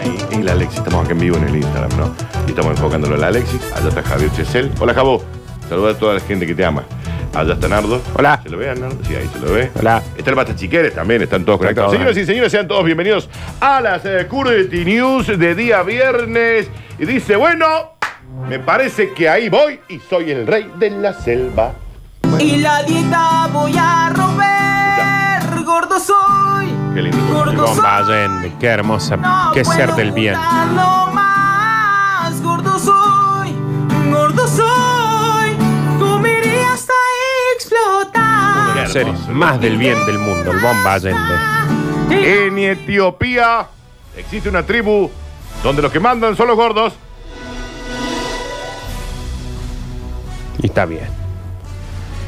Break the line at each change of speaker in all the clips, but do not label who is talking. Ahí, El Alexis, estamos acá en vivo en el Instagram, ¿no? Y estamos enfocándolo al Alexis. Allá está Javier Chesel. Hola, Jabo. Saluda a toda la gente que te ama. Allá está Nardo.
Hola.
¿Se lo ve a Nardo? Sí, ahí se lo ve.
Hola.
Está el Basta Chiqueres también, están todos conectados.
todos.
Señoras y señores, sean todos bienvenidos a las eh, Curti News de día viernes. Y dice, bueno, me parece que ahí voy y soy el rey de la selva.
Y la dieta voy a romper, gordo soy.
Qué lindo.
El
Gordo soy.
Bombayén, qué hermosa,
No
qué ser
puedo
del bien.
ocultarlo más, gordo soy, gordo soy. Comería hasta explotar.
Ser más del bien del mundo, el Bombayén.
En Etiopía existe una tribu donde los que mandan son los gordos.
Y está bien.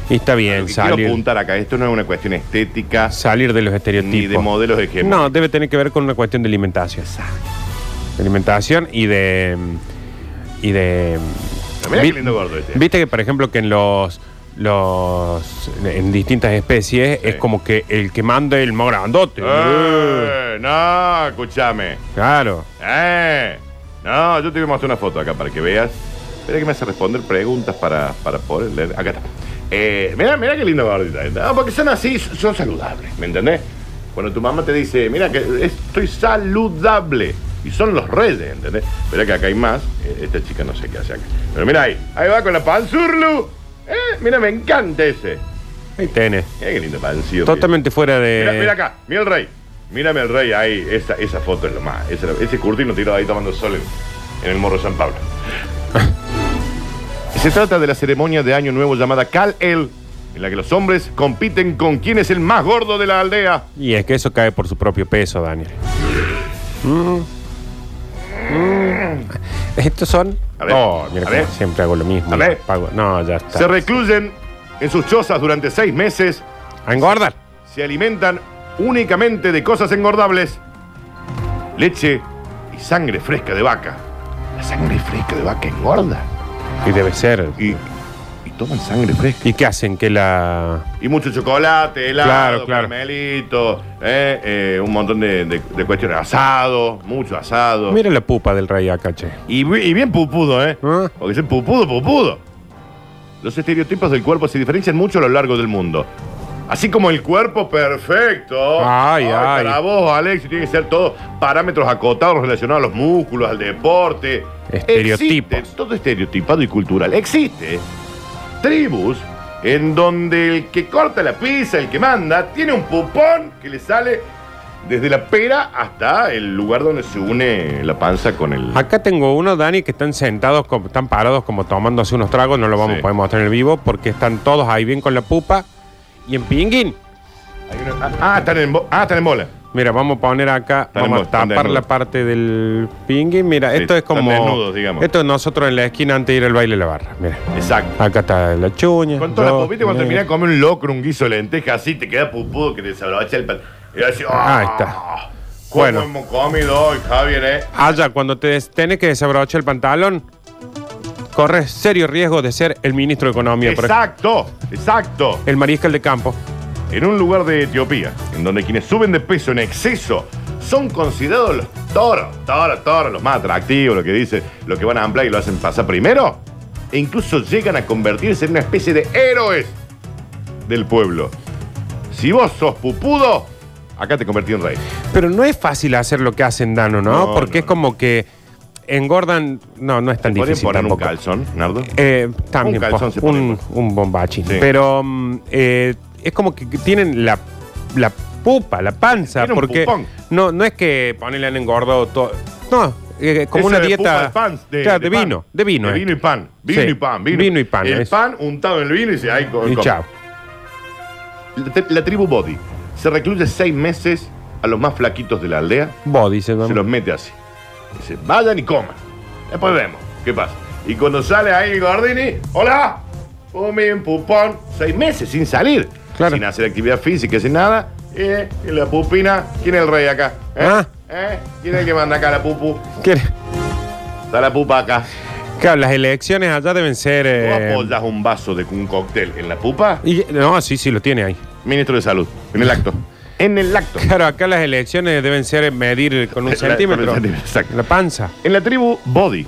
Y está
Lo
bien
que quiero
salir,
apuntar acá, esto no es una cuestión estética
salir de los
ni
estereotipos.
de modelos de género.
No, debe tener que ver con una cuestión de alimentación. De alimentación y de. Y de.
Mirá
vi-
qué lindo gordo este.
Viste que, por ejemplo, que en los. los en distintas especies es como que el que manda es el más grandote.
Eh, no, escúchame.
Claro.
Eh, no, yo te voy a mostrar una foto acá para que veas. Espera que me hace responder preguntas para, para poder leer. Acá está. Eh, mirá, mirá qué lindo gordita. esta. Ah, porque son así, son saludables, ¿me entendés? Cuando tu mamá te dice, mira que estoy saludable. Y son los reyes, ¿entendés? Mirá que acá hay más. Eh, Esta chica no sé qué hace acá. Pero mira ahí, ahí va con la panzurlu. Eh, mira, me encanta ese.
Ahí tenés.
Mirá qué lindo panzurlu.
Totalmente fuera de.
Mira, mira acá, mira el rey. Mírame el rey ahí. Esa, esa foto es lo más. Esa- ese curtino tirado ahí tomando sol en, en el morro San Pablo. Se trata de la ceremonia de Año Nuevo llamada Cal El, en la que los hombres compiten con quién es el más gordo de la aldea.
Y es que eso cae por su propio peso, Daniel. Mm. Mm. Estos son.
A ver,
Oh, mira
a
cómo
ver.
siempre hago lo mismo.
A ver.
Pago- No, ya está.
Se recluyen en sus chozas durante seis meses.
A engordar.
Se alimentan únicamente de cosas engordables: leche y sangre fresca de vaca. La sangre fresca de vaca engorda.
Y debe ser.
Y, y toman sangre fresca.
¿Y qué hacen? Que la.
Y mucho chocolate, helado,
Claro, claro.
caramelito, eh, eh, un montón de, de- de cuestiones. Asado, mucho asado.
Mira la pupa del rey acá, che.
Y, bi- y bien pupudo, ¿eh?
Ah.
Porque es pupudo, pupudo. Los estereotipos del cuerpo se diferencian mucho a lo largo del mundo. Así como el cuerpo perfecto.
Ay, ay.
Para vos, Alex, tiene que ser todo parámetros acotados relacionados a los músculos, al deporte.
Estereotipos.
Existe, todo estereotipado y cultural. Existe tribus en donde el que corta la pizza, el que manda, tiene un pupón que le sale desde la pera hasta el lugar donde se une la panza con el...
Acá tengo uno, Dani, que están sentados, como, están parados como tomándose unos tragos. No lo vamos
Sí.
a poder mostrar en el vivo porque están todos ahí bien con la pupa y en pinguín.
Hay una- ah, ah, están en, bo- ah, están en bola.
Mira, vamos a poner acá,
Están
vamos
en
a
bo- están
tapar la
desnudos.
parte del pingui. Mira,
Sí,
esto es
están
como.
desnudos, digamos.
Esto es nosotros en la esquina antes de ir al baile de la barra. Mira,
Exacto.
acá está la chuña.
Con toda la
yo,
pop- ¿viste cuando
mira.
terminás de comer un locro, un guiso de lenteja así, te queda pupudo que te desabrocha el pan. Y así, ah,
Ahí está.
¿Cómo
Bueno.
hemos comido hoy, Javier, eh?
Allá, cuando te des- tenés que desabrochar el pantalón, corres serio riesgo de ser el ministro de Economía, por ejemplo,
Exacto, exacto.
el mariscal de campo.
En un lugar de Etiopía, en donde quienes suben de peso en exceso son considerados los toros, toros, toros, los más atractivos, lo que dicen, lo que van a ampliar y lo hacen pasar primero, e incluso llegan a convertirse en una especie de héroes del pueblo. Si vos sos pupudo, acá te convertí en rey.
Pero no es fácil hacer lo que hacen Dano, ¿no?
No,
Porque
no,
es como que engordan. No, no es tan
¿Podrían
difícil
poner
tampoco.
un calzón, Nardo?
Eh, también,
Un calzón
po-
se pone,
un, un bombachín.
Sí.
Pero mm, eh, es como que tienen la, la pupa, la panza,
Tiene un
porque
pupón.
no, no es que ponerle han engordado todo. No, eh, como
Esa
una
de pupa
dieta.
de pan, de,
claro,
de
de,
pan.
vino, de vino.
De
eh.
vino y pan. Vino
Sí,
y pan. Vino,
vino y pan,
El
es.
pan untado en el vino y se ahí co-
Y
co-
chao.
La, tri- la tribu Body se recluye seis meses a los más flaquitos de la aldea,
Vos, dice
se los mete así. Dice, vayan y coman. Después vemos qué pasa. Y cuando sale ahí el Gordini, ¡hola! Pumín, pupón. Seis meses sin salir.
Claro.
Sin hacer actividad física, sin nada. Eh, y la pupina, ¿quién es el rey acá? ¿Eh?
Ah.
¿Eh? ¿Quién es el que manda acá la pupu?
¿Qué era?
Está la pupa acá.
Claro, las elecciones allá deben ser.
¿Tú
eh,
apoyas un vaso de un cóctel en la pupa?
y- no, sí, sí, lo tiene ahí.
Ministro de Salud, en el acto. En el acto.
Claro, acá las elecciones deben ser medir con un
La- con un
centímetro.
centímetro, exacto.
La panza.
En la tribu Body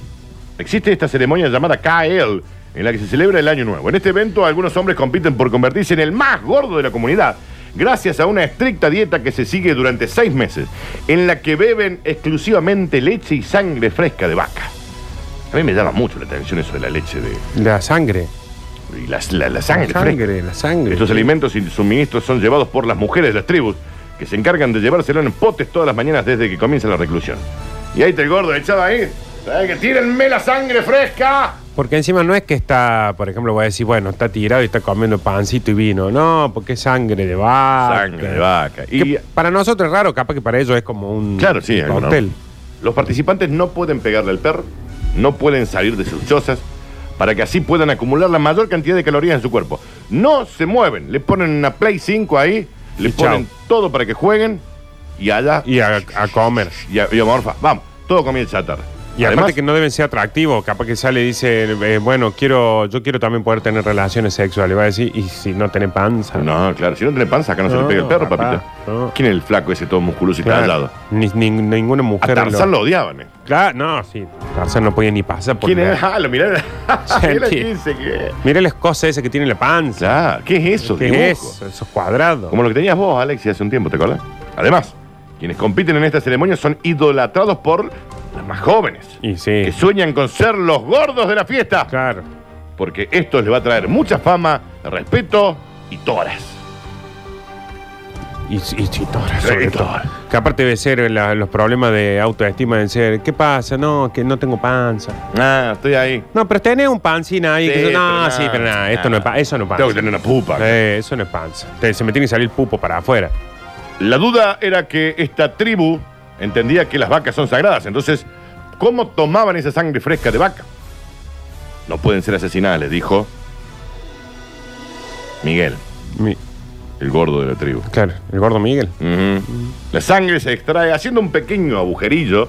existe esta ceremonia llamada Kael, en la que se celebra el Año Nuevo. En este evento, algunos hombres compiten por convertirse en el más gordo de la comunidad, gracias a una estricta dieta que se sigue durante seis meses, en la que beben exclusivamente leche y sangre fresca de vaca. A mí me llama mucho la atención eso de la leche de,
La sangre.
y la, la- la sangre.
la sangre,
fresca.
la sangre.
Estos alimentos y suministros son llevados por las mujeres de las tribus, que se encargan de llevárselo en potes todas las mañanas desde que comienza la reclusión. Y ahí está el gordo echado ahí. ¿Sabes que tírenme la sangre fresca?
Porque encima no es que está, por ejemplo, voy a decir, bueno, está tirado y está comiendo pancito y vino. No, porque es sangre de vaca.
Sangre de vaca. Y
Que para nosotros es raro, capaz que para ellos es como un
claro, sí,
un
algo, ¿no?
cóctel.
Los participantes no pueden pegarle al perro, no pueden salir de sus chozas, para que así puedan acumular la mayor cantidad de calorías en su cuerpo. No se mueven, le ponen una Play 5 ahí, le
Y chao.
ponen todo para que jueguen y allá
Y a, a comer.
y, a- y a morfa. Vamos, todo comida chatarra.
Y
Además-
aparte que no deben ser atractivos, capaz que sale y dice, eh, bueno, quiero, yo quiero también poder tener relaciones sexuales. Y Va a decir, y si no tenés panza.
No, claro, si no tiene panza, acá no, se le
No,
pega el perro,
papá,
papito.
no.
¿Quién es el flaco ese todo musculoso y
Claro,
tallado?
ni, ni- ninguna
A
mujer.
Tarzán
lo-
lo odiaban, ¿eh?
Claro, no, sí. Tarzán no podía ni pasar por
¿Quién
la-
era? Ah, lo miraron. Mira
Sí.
quién se que-
Mirá las cosas esas que tiene en la panza.
Claro, ¿qué es eso?
¿Qué
dibujo?
es? Esos cuadrados.
Como lo que tenías vos, Alexi, hace un tiempo, ¿te acuerdas? Además, quienes compiten en esta ceremonia son idolatrados por las más jóvenes.
Y sí.
Que sueñan con ser los gordos de la fiesta.
Claro.
Porque esto les va a traer mucha fama, respeto y toras.
Y, y chitora, sobre
Y
todo.
chitora.
Que aparte de ser la- los problemas de autoestima, de ser, ¿qué pasa? No, que no tengo panza.
Ah, estoy ahí.
No, pero tenés un pancina ahí.
Sí,
que yo- no,
pero
sí,
nada,
pero nada,
nada.
esto no es, pa- eso no es panza.
Tengo que tener una pupa.
Eh, eso no es panza. Te- se me tiene que salir pupo para afuera.
La duda era que esta tribu entendía que las vacas son sagradas. Entonces, ¿cómo tomaban esa sangre fresca de vaca? No pueden ser asesinadas, les dijo Miguel,
Mi-
el gordo de la tribu.
claro, el gordo Miguel.
Ujú. La sangre se extrae haciendo un pequeño agujerillo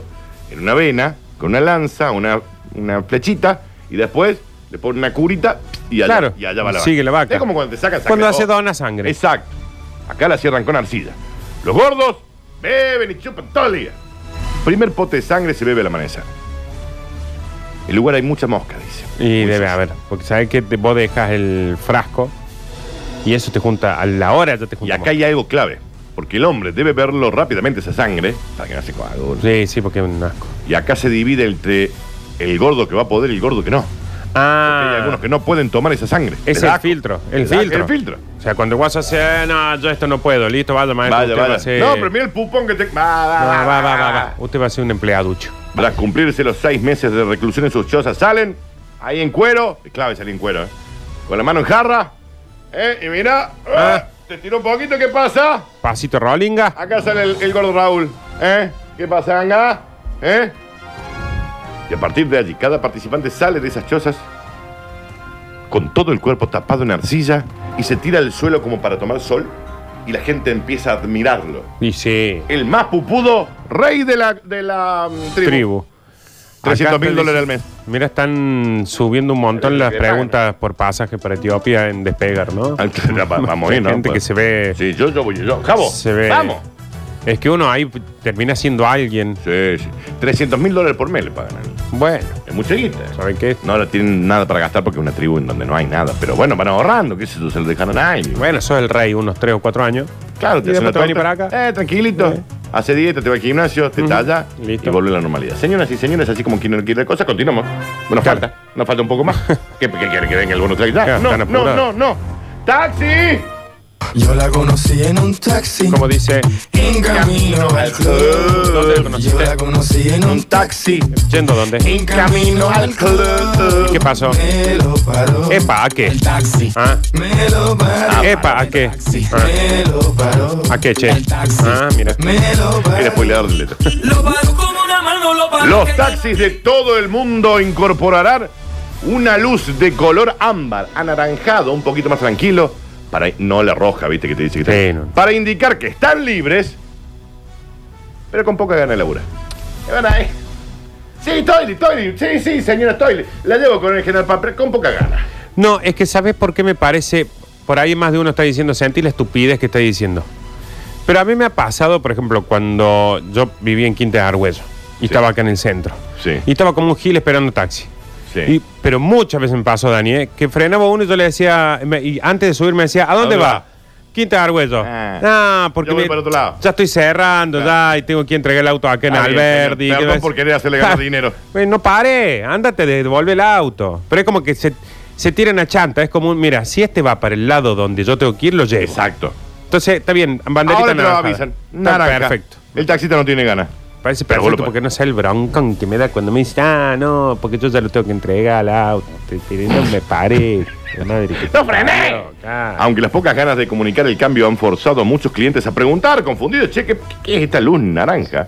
en una vena, con una lanza, una, una flechita, y después le ponen una curita y allá,
Claro.
y allá va la vaca.
Sigue la vaca.
Es como cuando te sacan sangre.
Cuando hace
Oh.
dona sangre.
Exacto. Acá la cierran con arcilla. Los gordos beben y chupan todo el día. Primer pote de sangre se bebe al amanecer. El lugar hay mucha mosca, dice.
Y
Muchas.
debe haber, porque sabes que te- vos dejas el frasco y eso te junta, a la hora ya te
Y
junta.
acá
mosca.
hay algo clave, porque el hombre debe verlo rápidamente esa sangre, para que no se coagule.
Sí, sí, porque es un asco.
Y acá se divide entre el gordo que va a poder y el gordo que no.
Ah,
Hay algunos que no pueden tomar esa sangre.
Es
Les
el
da-
filtro, el
les da-
filtro.
El filtro.
O sea, cuando vos hace, "Eh, no, yo esto no puedo, listo, vaya, maestro.
Vaya,
usted va
vaya.
a ser-
No, pero mira el pupón que te. Va,
No,
va,
va, va, va, va. Usted va a ser un empleaducho.
Tras cumplirse los seis meses de reclusión en sus chozas, salen ahí en cuero. Es clave salir en cuero, ¿eh? Con la mano en jarra. ¿eh? Y mira,
Ah.
te tiró un poquito. ¿Qué pasa?
Pasito Rollinga.
Acá sale el, el gordo Raúl. ¿eh? ¿Qué pasa, Anga? ¿Eh? Y a partir de allí, cada participante sale de esas chozas con todo el cuerpo tapado en arcilla y se tira al suelo como para tomar sol. Y la gente empieza a admirarlo.
Y sí,
El más pupudo, rey de la, de la mm, tribu.
tribu.
300
Acá
mil
te
dólares al
dicen-
mes.
Mira, están subiendo un montón las
Pero que
preguntas por pasaje para Etiopía en despegar, ¿no?
Ah, claro, va- Vamos,
Hay
eh, ¿no?
gente que
Pues-
se ve.
Sí, yo, yo voy, yo. Javo,
Se ve-
vamos.
Es que uno ahí termina siendo alguien.
Sí, sí. 300 mil dólares por mes le pagan.
Bueno,
Es mucha guita.
¿saben qué?
No la tienen nada para gastar porque es una tribu en donde no hay nada. Pero bueno, van ahorrando, qué sé yo, se lo dejaron ahí.
Bueno, sos el rey unos 3 o 4 años.
Claro,
Y
hacen
después te
una
venís
torta.
para acá.
Eh, tranquilito. Hace dieta, te va al gimnasio, te talla
Listo.
y vuelve a la normalidad. Señoras y señores, así como quien no quiere la cosa, continuamos. Bueno, nos
Claro.
falta, nos falta un poco más. ¿Qué, qué quiere que venga el bono taxi? Ya,
Claro,
no,
están
no,
apurados.
no, no. ¡Taxi!
Yo la conocí en un taxi.
Como dice,
En camino al club.
¿dónde lo
Yo
conociste?
la conocí en un taxi.
¿Yendo
Eh.
dónde?
En camino al club.
¿Y qué pasó?
Me lo paró.
Epa, ¿a qué?
El taxi. Ah,
Ah,
Me lo paró.
epa, ¿a qué? Ah,
Me lo paró.
¿A qué, che? Ah, mira.
Me lo
Era
paró.
spoileador de letra.
Lo paró como una mano, lo paró.
Los taxis de todo el mundo incorporarán una luz de color ámbar, anaranjado, un poquito más tranquilo, para no la roja, viste que te dice que está-
Sí, no.
para indicar que están libres, pero con poca gana de labura. Y van ahí. Sí, estoy, estoy, sí, sí, señora, estoy. La llevo con el general Papre con poca gana.
No, es que ¿sabes por qué me parece? Por ahí más de uno está diciendo, sentí la estupidez que está diciendo. Pero a mí me ha pasado, por ejemplo, cuando yo vivía en Quinta de Arguello y estaba acá en el centro.
Sí.
Y estaba como un gil esperando taxi.
Sí.
Y- pero muchas veces me pasó, Dani, ¿eh? que frenaba uno y yo le decía, me- y antes de subir me decía, ¿a
dónde
dónde va?
va?
Quinta de Argüello.
Ah.
Ah, porque.
Yo voy
me-
para otro lado.
Ya estoy cerrando, ya, y tengo que entregar el auto acá en
Está bien,
Alberdi.
señor.
que
Perdón
ves-
por querer hacerle ganar dinero.
Pues no pare, ándate, de- devuelve el auto. Pero es como que se, se tiran a chanta, es como un, mira, si este va para el lado donde yo tengo que ir, lo llevo.
Exacto.
Entonces, está bien, banderita
Ahora te lo
naranjada.
avisan.
Está
Naranja.
Perfecto.
El taxista no tiene ganas.
Parece
Pero pues. vos lo
perfecto
podés.
porque no sé el broncón que me da cuando me dice, ah, no, porque yo ya lo tengo que entregar al auto. Te- te- No me pare. La madre que te
¡No Ah. frené!
parió, claro.
Aunque las pocas ganas de comunicar el cambio han forzado a muchos clientes a preguntar, confundidos, che, ¿qué, qué es esta luz naranja?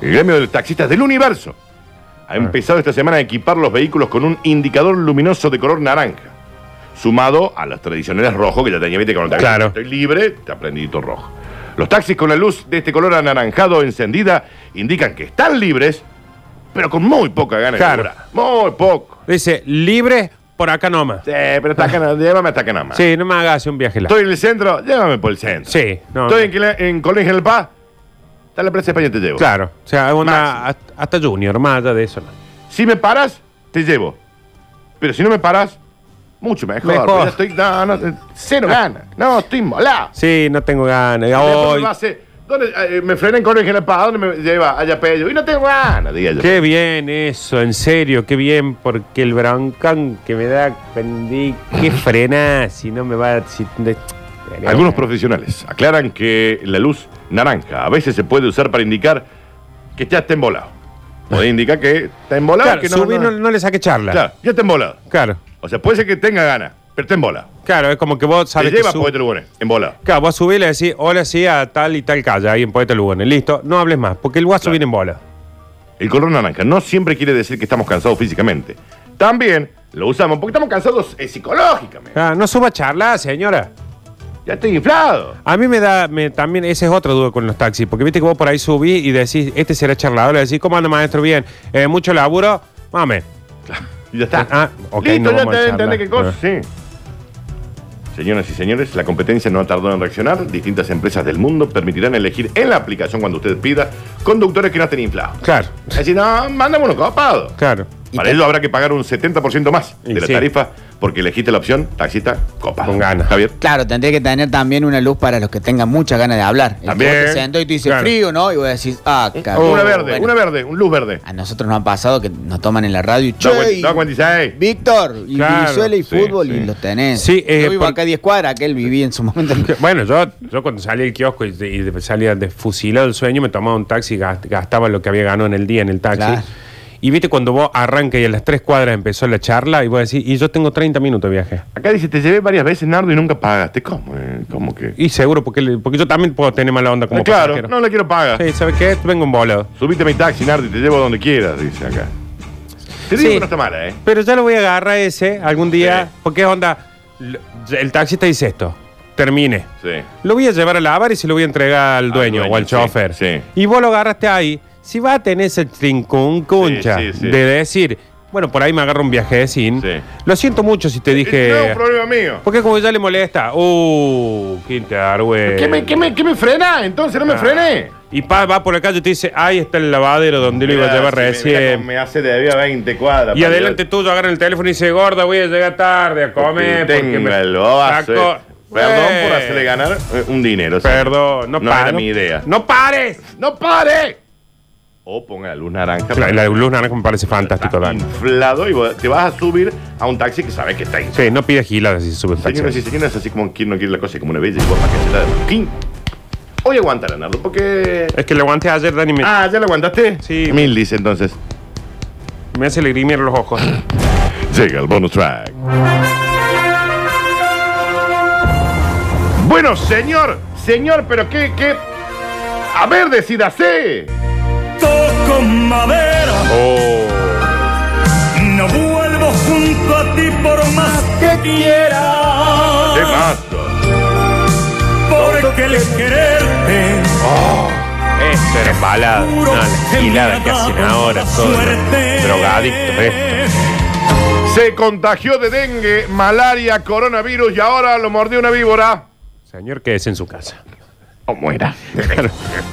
El gremio de los taxistas del universo
Ah.
ha empezado esta semana a equipar los vehículos con un indicador luminoso de color naranja, sumado a los tradicionales rojos que ya tenía, viste, con el taxi,
Claro.
estoy libre, te aprendí todo rojo. Los taxis con la luz de este color anaranjado encendida indican que están libres, pero con muy poca ganas
Claro.
de laburar. Muy poco.
Dice, libre por acá nomás.
Sí, pero está acá, llévame hasta acá nada más.
Sí, no me hagas un viaje largo.
Estoy en el centro, llévame por el centro.
Sí, no.
Estoy en, Quila- en Colegio del Paz, está la Plaza España y te llevo.
Claro. O sea, una,
Máximo.
hasta, hasta Junior, más allá de eso. no.
Si me paras, te llevo. Pero si no me paras, mucho mejor.
Mejor.
Pues ya estoy, no, no, eh, cero ganas. No, estoy molado.
Sí, no tengo ganas.
Después pues, me
Hoy,
va a hacer, ¿Dónde, eh, me frené en Colegio del Paz, ¿a ¿dónde me lleva? Allá Pello. Y no tengo ganas, diga yo.
qué bien eso, en serio, qué bien, porque el broncón que me da, pendí, que frena, si no me va... Si, de-
Algunos profesionales aclaran que la luz naranja a veces se puede usar para indicar que ya está embolado. Puede indicar que está embolado.
Claro,
que no,
subí,
no-
no, no le saque charla.
Claro, ya está embolado.
Claro.
O sea, puede ser que tenga ganas, pero está embolado.
Claro, es como que vos
Te
sabes que
lleva
sub-
Poeta Lugones, en bola.
Claro, vos subís y le decís, hola, sí, a tal y tal calle, ahí en Poeta Lugones. Listo, no hables más, porque el guaso
Claro.
viene en bola.
El color naranja no siempre quiere decir que estamos cansados físicamente. También lo usamos porque estamos cansados eh, psicológicamente.
Ah, no suba charla, señora. Ah.
Ya estoy inflado.
A mí me da, me- también, esa es otra duda con los taxis, porque viste que vos por ahí subís y decís, este será charlador, le decís, ¿cómo anda maestro? Bien, Eh, mucho laburo, mame.
Y ya está.
Ah, ok,
Listo,
no
ya
vamos a
te
charlar. Ah.
entendés qué cosa. Sí. Señoras y señores, la competencia no ha tardado en reaccionar. Distintas empresas del mundo permitirán elegir en la aplicación cuando usted pida conductores que no estén inflados.
Claro,
Así, no, mándame uno copado.
claro.
Para ello habrá que pagar un 70% más
Y
de la
sí.
tarifa porque elegiste la opción taxista copa.
Con ganas.
Javier.
Claro, tendría que tener también una luz para los que tengan muchas ganas de hablar. El
También, Eh,
que vos te sentás y tú dices
claro.
frío, ¿no? Y vos decís, ah, carajo.
una verde,
Bueno,
una verde, un luz verde.
A nosotros nos han pasado que nos toman en la radio y
Dos
che,
cuen-
y-
dos cuarenta y seis.
Víctor, y
Claro,
Venezuela y
sí,
fútbol,
sí.
y los tenés.
Sí, eh,
Yo vivo
por-
acá a 10 cuadras, que él vivía en su momento.
Que- Bueno, yo, yo cuando salía del kiosco y, de- y de- salía de fusilado el sueño, me tomaba un taxi y gast- gastaba lo que había ganado en el día en el taxi.
Claro.
Y viste cuando vos arrancas y a las tres cuadras empezó la charla y vos decís, y yo tengo 30 minutos de viaje.
Acá dice, te llevé varias veces, Nardo, y nunca pagaste. ¿Cómo? eh? ¿Cómo que?
Y seguro, porque, le- porque yo también puedo tener mala onda como
Ah, claro,
pasajero.
no le quiero pagar.
Sí, ¿sabes qué? Vengo un volado.
Subite a mi taxi, Nardo, y te llevo donde quieras, dice acá. Te digo
Sí.
que no está mala, ¿eh?
Pero ya lo voy a agarrar ese algún día,
Sí.
porque onda, l- el taxista dice esto, termine.
Sí.
Lo voy a llevar a lavar y se lo voy a entregar al dueño,
dueño,
o al
sí,
chofer.
sí.
Y vos lo agarraste ahí. Si va a tener ese trincunconcha
Sí, sí, sí.
de decir, bueno, por ahí me agarro un viaje de sin.
Sí.
Lo siento mucho si te dije.
No es un problema mío.
porque como ya le molesta. Uh, quinta güey.
¿Qué me, qué me, qué me frena? Entonces
Ah.
no me frené.
Y pa- va por la calle y te dice, ahí está el lavadero donde lo iba a
Mirá,
llevar
si me- mirá
recién.
cómo Me hace de debía 20 cuadras.
Y
para
adelante
llevar-
tuyo agarran el teléfono y dice, gorda, voy a llegar tarde a comer.
Porque
porque
tenga
me
el bobazo,
saco-
eh. Perdón por
Eh,
hacerle ganar eh, un dinero. o sea,
Perdón, no,
No
pa-
era mi idea.
¡No pares!
¡No pare! O ponga la luz naranja.
La, la luz naranja me parece fantástico,
está
Dan.
inflado y vos te vas a subir a un taxi que sabes que está ahí.
Sí, no pide giladas si sube el taxi.
Señoras y señores, así como quien no quiere la cosa, como una bella y guapa cachetada de Martín. Hoy aguanta, Leonardo, porque.
Es que le aguanté ayer, Dani, me,
Ah, ¿ya lo aguantaste?
Sí.
Mil dice entonces.
me hace legrimir los ojos.
Llega el bonus track. Bueno, señor, señor, pero qué, qué. A ver, decídase.
Toco madera,
Oh.
no vuelvo junto a ti por más que
¿Qué
quiera,
pasa?
porque el quererte
Este
Esto era balada.
juro
No, las
que me ha
giladas que hacen
dado
ahora,
la
todo.
suerte.
Drogadicto, esto.
Se contagió de dengue, malaria, coronavirus y ahora lo mordió una víbora.
Señor, quédese en su casa.
O muera.
Claro.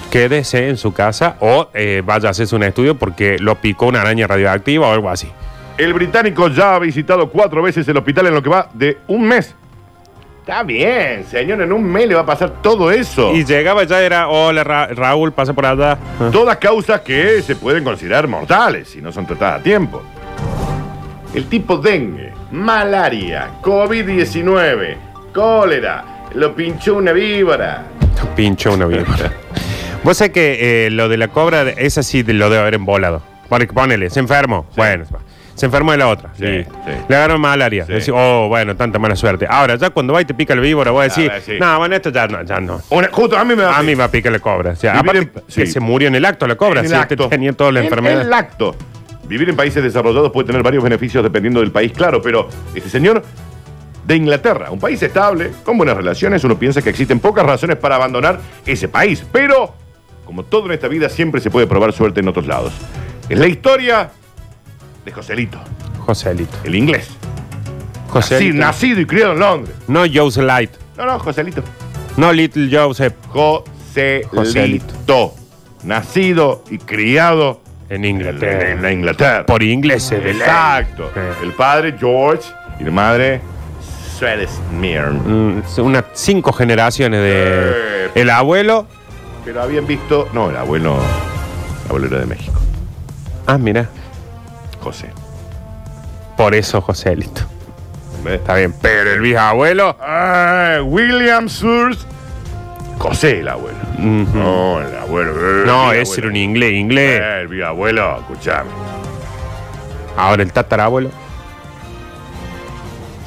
Quédese en su casa o eh, vaya a hacerse un estudio porque lo picó una araña radioactiva o algo así.
El británico ya ha visitado cuatro veces el hospital en lo que va de un mes. Está bien, señor, en un mes le va a pasar todo eso.
Y llegaba ya era, hola Ra- Raúl, pasa por allá.
Todas causas que se pueden considerar mortales si no son tratadas a tiempo. El tipo dengue, malaria, COVID-19, cólera, lo pinchó una víbora.
Pincho una víbora. Vos sé que eh, lo de la cobra, de- esa sí de- lo debe haber embolado. Porque ponele, se enfermó. Bueno, se enfermó de la otra.
Sí,
Y
sí.
Le agarraron malaria.
Sí.
Decís, oh, bueno, tanta mala suerte. Ahora, ya cuando va y te pica el víbora, vos decís,
ver, Ah, sí.
no, bueno, esto ya no, ya no.
Una- justo a mí me va
A mí me va a picar la cobra. O sea,
Vivir
aparte
en-
que
sí.
se murió en el acto la cobra.
En
si
el
este
acto.
tenía toda la
En
enfermedad.
el acto. Vivir en países desarrollados puede tener varios beneficios dependiendo del país, claro, pero este señor de Inglaterra, un país estable, con buenas relaciones, uno piensa que existen pocas razones para abandonar ese país, pero como todo en esta vida siempre se puede probar suerte en otros lados. Es la historia de Joselito,
Joselito.
el inglés, Sí,
Joselito.
nacido y criado en Londres.
No Joseph Light.
No, no, Joselito.
No Little Joseph.
Joselito, nacido y criado
En
en, en la
Inglaterra.
Inglaterra.
Por ingleses. de
Exacto.
ley. Eh.
El padre George y la madre Smear.
Mm, son unas cinco generaciones de
Sí.
el abuelo.
Pero habían visto. No, el abuelo. El abuelo era de México.
Ah, mira,
José.
por eso Joselito.
¿Entendés?
Está bien, pero el bisabuelo
Ah, William Sears. José, el abuelo. No, el abuelo. eh,
no
el
es
abuelo.
un inglés, inglés.
Eh, El bisabuelo, escuchame.
Ahora el tatarabuelo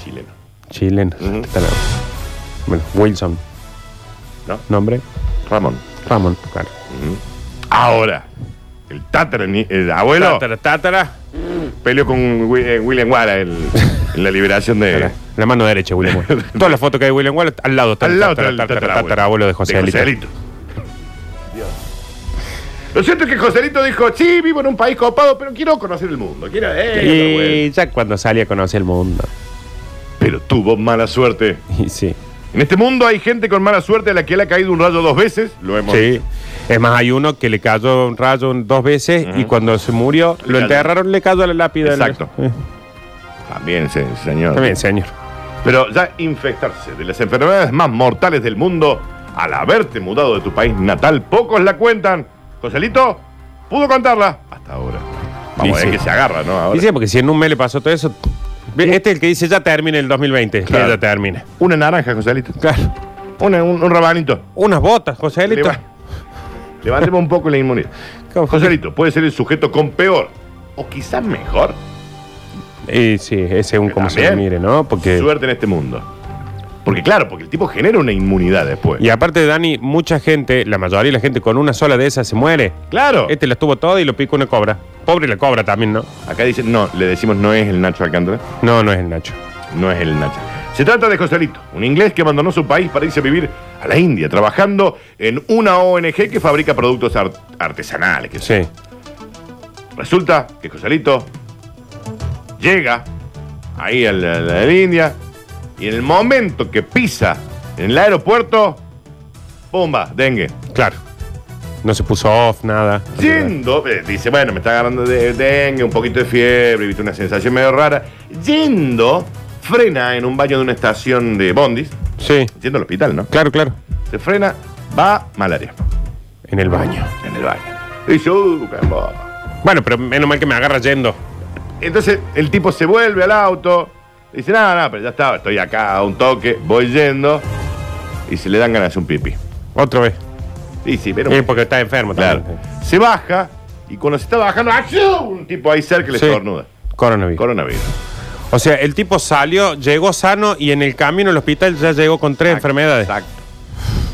Chileno.
chileno. Tatarabuelo. Bueno, Wilson.
¿No?
Nombre
Ramón.
Ramón, claro.
Ahora. El tátara, ni- el abuelo.
Tatara, tatara.
Peleó con Wi- eh, William Wara el- en la liberación de.
La mano derecha, William Wallace. Todas las fotos que hay de William Wallace, al lado está
Al
el
lado
tatara-
del
tatara-
tatarabuelo.
tatarabuelo de
Joselito.
Joselito.
Lo cierto es que Joselito dijo, sí, vivo en un país copado, pero quiero conocer el mundo. Quiero, eh, otra vuelta".
Y ya cuando salía conoce el mundo.
Pero tuvo mala suerte.
Y sí.
En este mundo hay gente con mala suerte a la que le ha caído un rayo dos veces. Lo hemos
Sí. Es más, hay uno que le cayó un rayo dos veces y cuando se murió,
Le
lo
cayó.
enterraron, le cayó la lápida.
Exacto.
Eh,
También, se- señor.
También, señor.
Pero ya infectarse de las enfermedades más mortales del mundo al haberte mudado de tu país natal, pocos la cuentan. Joselito pudo contarla hasta ahora. Vamos, es
Y sí.
que se agarra, ¿no? Ahora.
Y sí, porque si en un mes le pasó todo eso. ve, Este es el que dice ya termina el 2020. que
Claro.
ya termina.
Una naranja, Joselito.
Claro.
Una- un, un rabanito.
Unas botas, José Elito.
Leva- Levantemos un poco la inmunidad.
¿Cómo?
Joselito, puede ser el sujeto con peor o quizás mejor
Y sí, ese es un como se
También.
lo mire, ¿no? Porque.
suerte en este mundo. Porque claro, porque el tipo genera una inmunidad después.
Y aparte, Dani, mucha gente, la mayoría de la gente con una sola de esas se muere.
Claro.
Este la tuvo toda y lo pica una cobra. Pobre la cobra también, ¿no?
Acá dicen, no, le decimos no es el Nacho Alcántara.
No, no es el Nacho.
No es el Nacho. Se trata de Joselito, un inglés que abandonó su país para irse a vivir a la India, trabajando en una ONG que fabrica productos art- artesanales. que
Sí.
Resulta que Joselito llega ahí a la, la- la India y en el momento que pisa en el aeropuerto, ¡pumba! Dengue.
Claro. No se puso off, nada.
Yendo, eh, dice, bueno, me está agarrando de dengue, un poquito de fiebre, viste una sensación medio rara. Yendo, frena en un baño de una estación de bondis,
Sí.
yendo al hospital, ¿no?
Claro, claro.
Se frena, va malaria
En el baño.
en el baño. "Uh, Y Zuckerberg.
Bueno, pero menos mal que me agarra yendo.
Entonces el tipo se vuelve al auto, dice, nada, nada, pero ya estaba, estoy acá a un toque, voy yendo, y se le dan ganas de hacer un pipí.
Otra vez.
Sí, sí, pero...
Eh, porque está enfermo
claro.
también.
Se baja, y cuando se está bajando, ¡achú! un tipo ahí cerca le
Sí.
estornuda.
Coronavirus.
Coronavirus.
o sea, el tipo salió, llegó sano y en el camino al hospital ya llegó con tres enfermedades.
Exacto.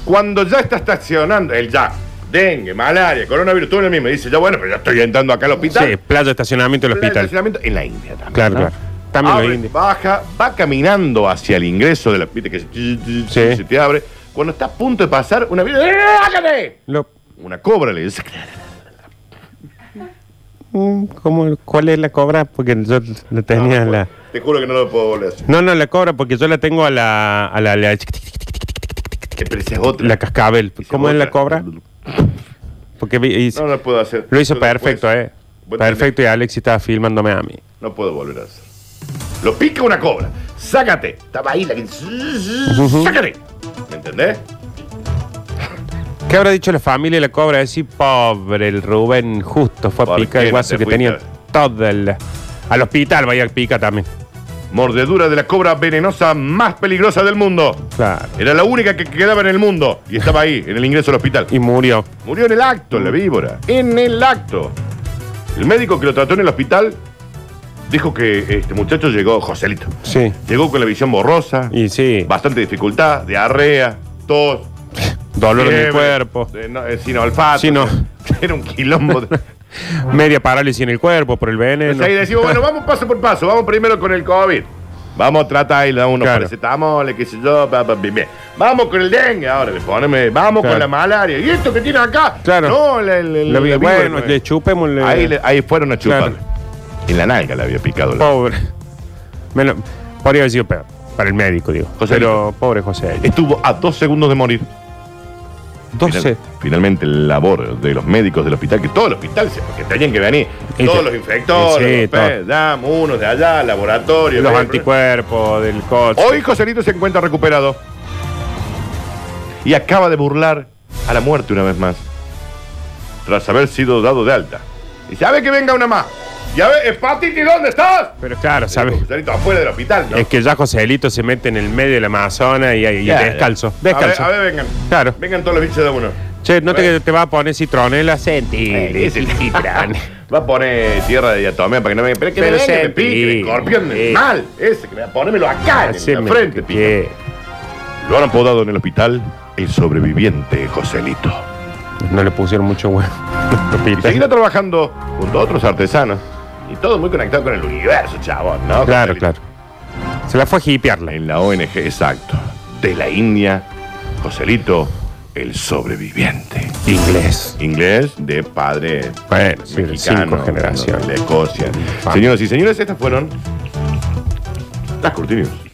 Cuando ya está estacionando, el ya, dengue, malaria, coronavirus, todo en el mismo, y dice, ya bueno, pero ya estoy entrando acá al hospital.
Sí, playa, estacionamiento del
Pero el
hospital.
estacionamiento En la India también.
Claro,
¿no?
claro. También
Abre,
los indios.
Baja, va caminando hacia el ingreso de la viste que se,
Sí.
se te abre. Cuando está a punto de pasar, una ¡Eh, hágale!
Lo-
Una cobra le dice.
Mm, ¿cómo- ¿Cuál es la cobra? Porque yo la
Ah,
tenía la.
Te juro que no lo puedo volver a hacer.
No, no, la cobra, porque yo la tengo a la. a la, la,
Que pero esa es otra.
la cascabel.
Esa
¿Cómo es
otra.
la cobra? Porque vi- hice-
No lo puedo hacer.
lo hizo
Yo después-
perfecto, ¿eh?
Bueno,
Perfecto, y Alex estaba filmándome a mí.
No puedo volver a hacer. Lo pica una cobra. Sácate. Estaba ahí la que. Sácate. ¿Me entendés?
¿Qué habrá dicho la familia y la cobra? Decir, pobre, el Rubén justo fue a
¿Por
picar
qué
el
no
guaso
te
que tenía
fuiste?
todo el. Al hospital vaya a pica también.
Mordedura de la cobra venenosa más peligrosa del mundo.
Claro.
Era la única que quedaba en el mundo y estaba ahí, en el ingreso al hospital.
Y murió.
Murió en el acto, la víbora. En el acto. El médico que lo trató en el hospital dijo que este muchacho llegó, Joselito,
Sí.
llegó con la visión borrosa,
Y sí.
bastante dificultad, diarrea, tos.
Dolor en el
fiebre,
cuerpo.
eh, no, eh, sin olfato.
Sí, no.
Era un quilombo. de-
Media parálisis en el cuerpo por el veneno.
Entonces Pues ahí decimos, bueno, vamos paso por paso, vamos primero con el COVID. Vamos a tratar y le damos unos
Claro.
paracetamoles, qué sé yo, pa, pa, bien, bien. Vamos con el dengue, ahora le poneme, vamos
Claro.
con la malaria. ¿Y esto que tiene acá?
Claro.
No, la, la- la-
Lo vi-
la víbora,
bueno,
no,
le chupemos. le-
pues. Ahí, le- ahí fueron a chupar.
Claro. Oh.
En la nalga le había picado. la-
Pobre. Menos- podría haber sido peor. Para el médico, digo.
José
Pero pobre José.
Estuvo a dos segundos de morir. Final-
12.
finalmente el labor de los médicos del hospital, que todo el hospital, se- porque tenían que venir.
Y
todos
te-
los infectores,
Sí,
los pe- dam, unos de allá, laboratorio.
Los
pe-
anticuerpos del coche.
Hoy Joselito se encuentra recuperado. Y acaba de burlar a la muerte una vez más. Tras haber sido dado de alta. Y sabe que venga una más. Y a ver, hepatitis, ¿dónde estás?
Pero claro, ¿sabes?
Dijo Joselito, afuera del hospital. ¿no?
Es que ya Joselito se mete en el medio del Amazonas y, y
Ya, ya.
descalzo.
A ver,
Descalzo.
A ver, vengan.
Claro.
Vengan todos los bichos de uno.
Che, no
A ver.
te, te va a poner citronela, sentí.
Eh, sí, sí. Va a poner tierra de diatomía para que no me. Pero que me
Pero
venga, que me
sentí.
pique, el escorpión
Sí.
mal. Ese, que me va a ponérmelo acá, en la frente, pica.
Eh. que,
Lo han apodado en el hospital el sobreviviente Joselito.
No le pusieron mucho huevo.
Y seguirá trabajando junto a otros artesanos. Y todo muy conectado con el universo, chabón, ¿no?
Claro,
Joselito?
claro. Se la fue a hipearla.
En la ONG, exacto. De la India, Joselito, el sobreviviente.
Inglés.
Inglés de padre
Bueno, sí, de
mexicano,
cinco generaciones.
De Escocia.
Fan.
Señoras y señores, estas fueron las cortinas.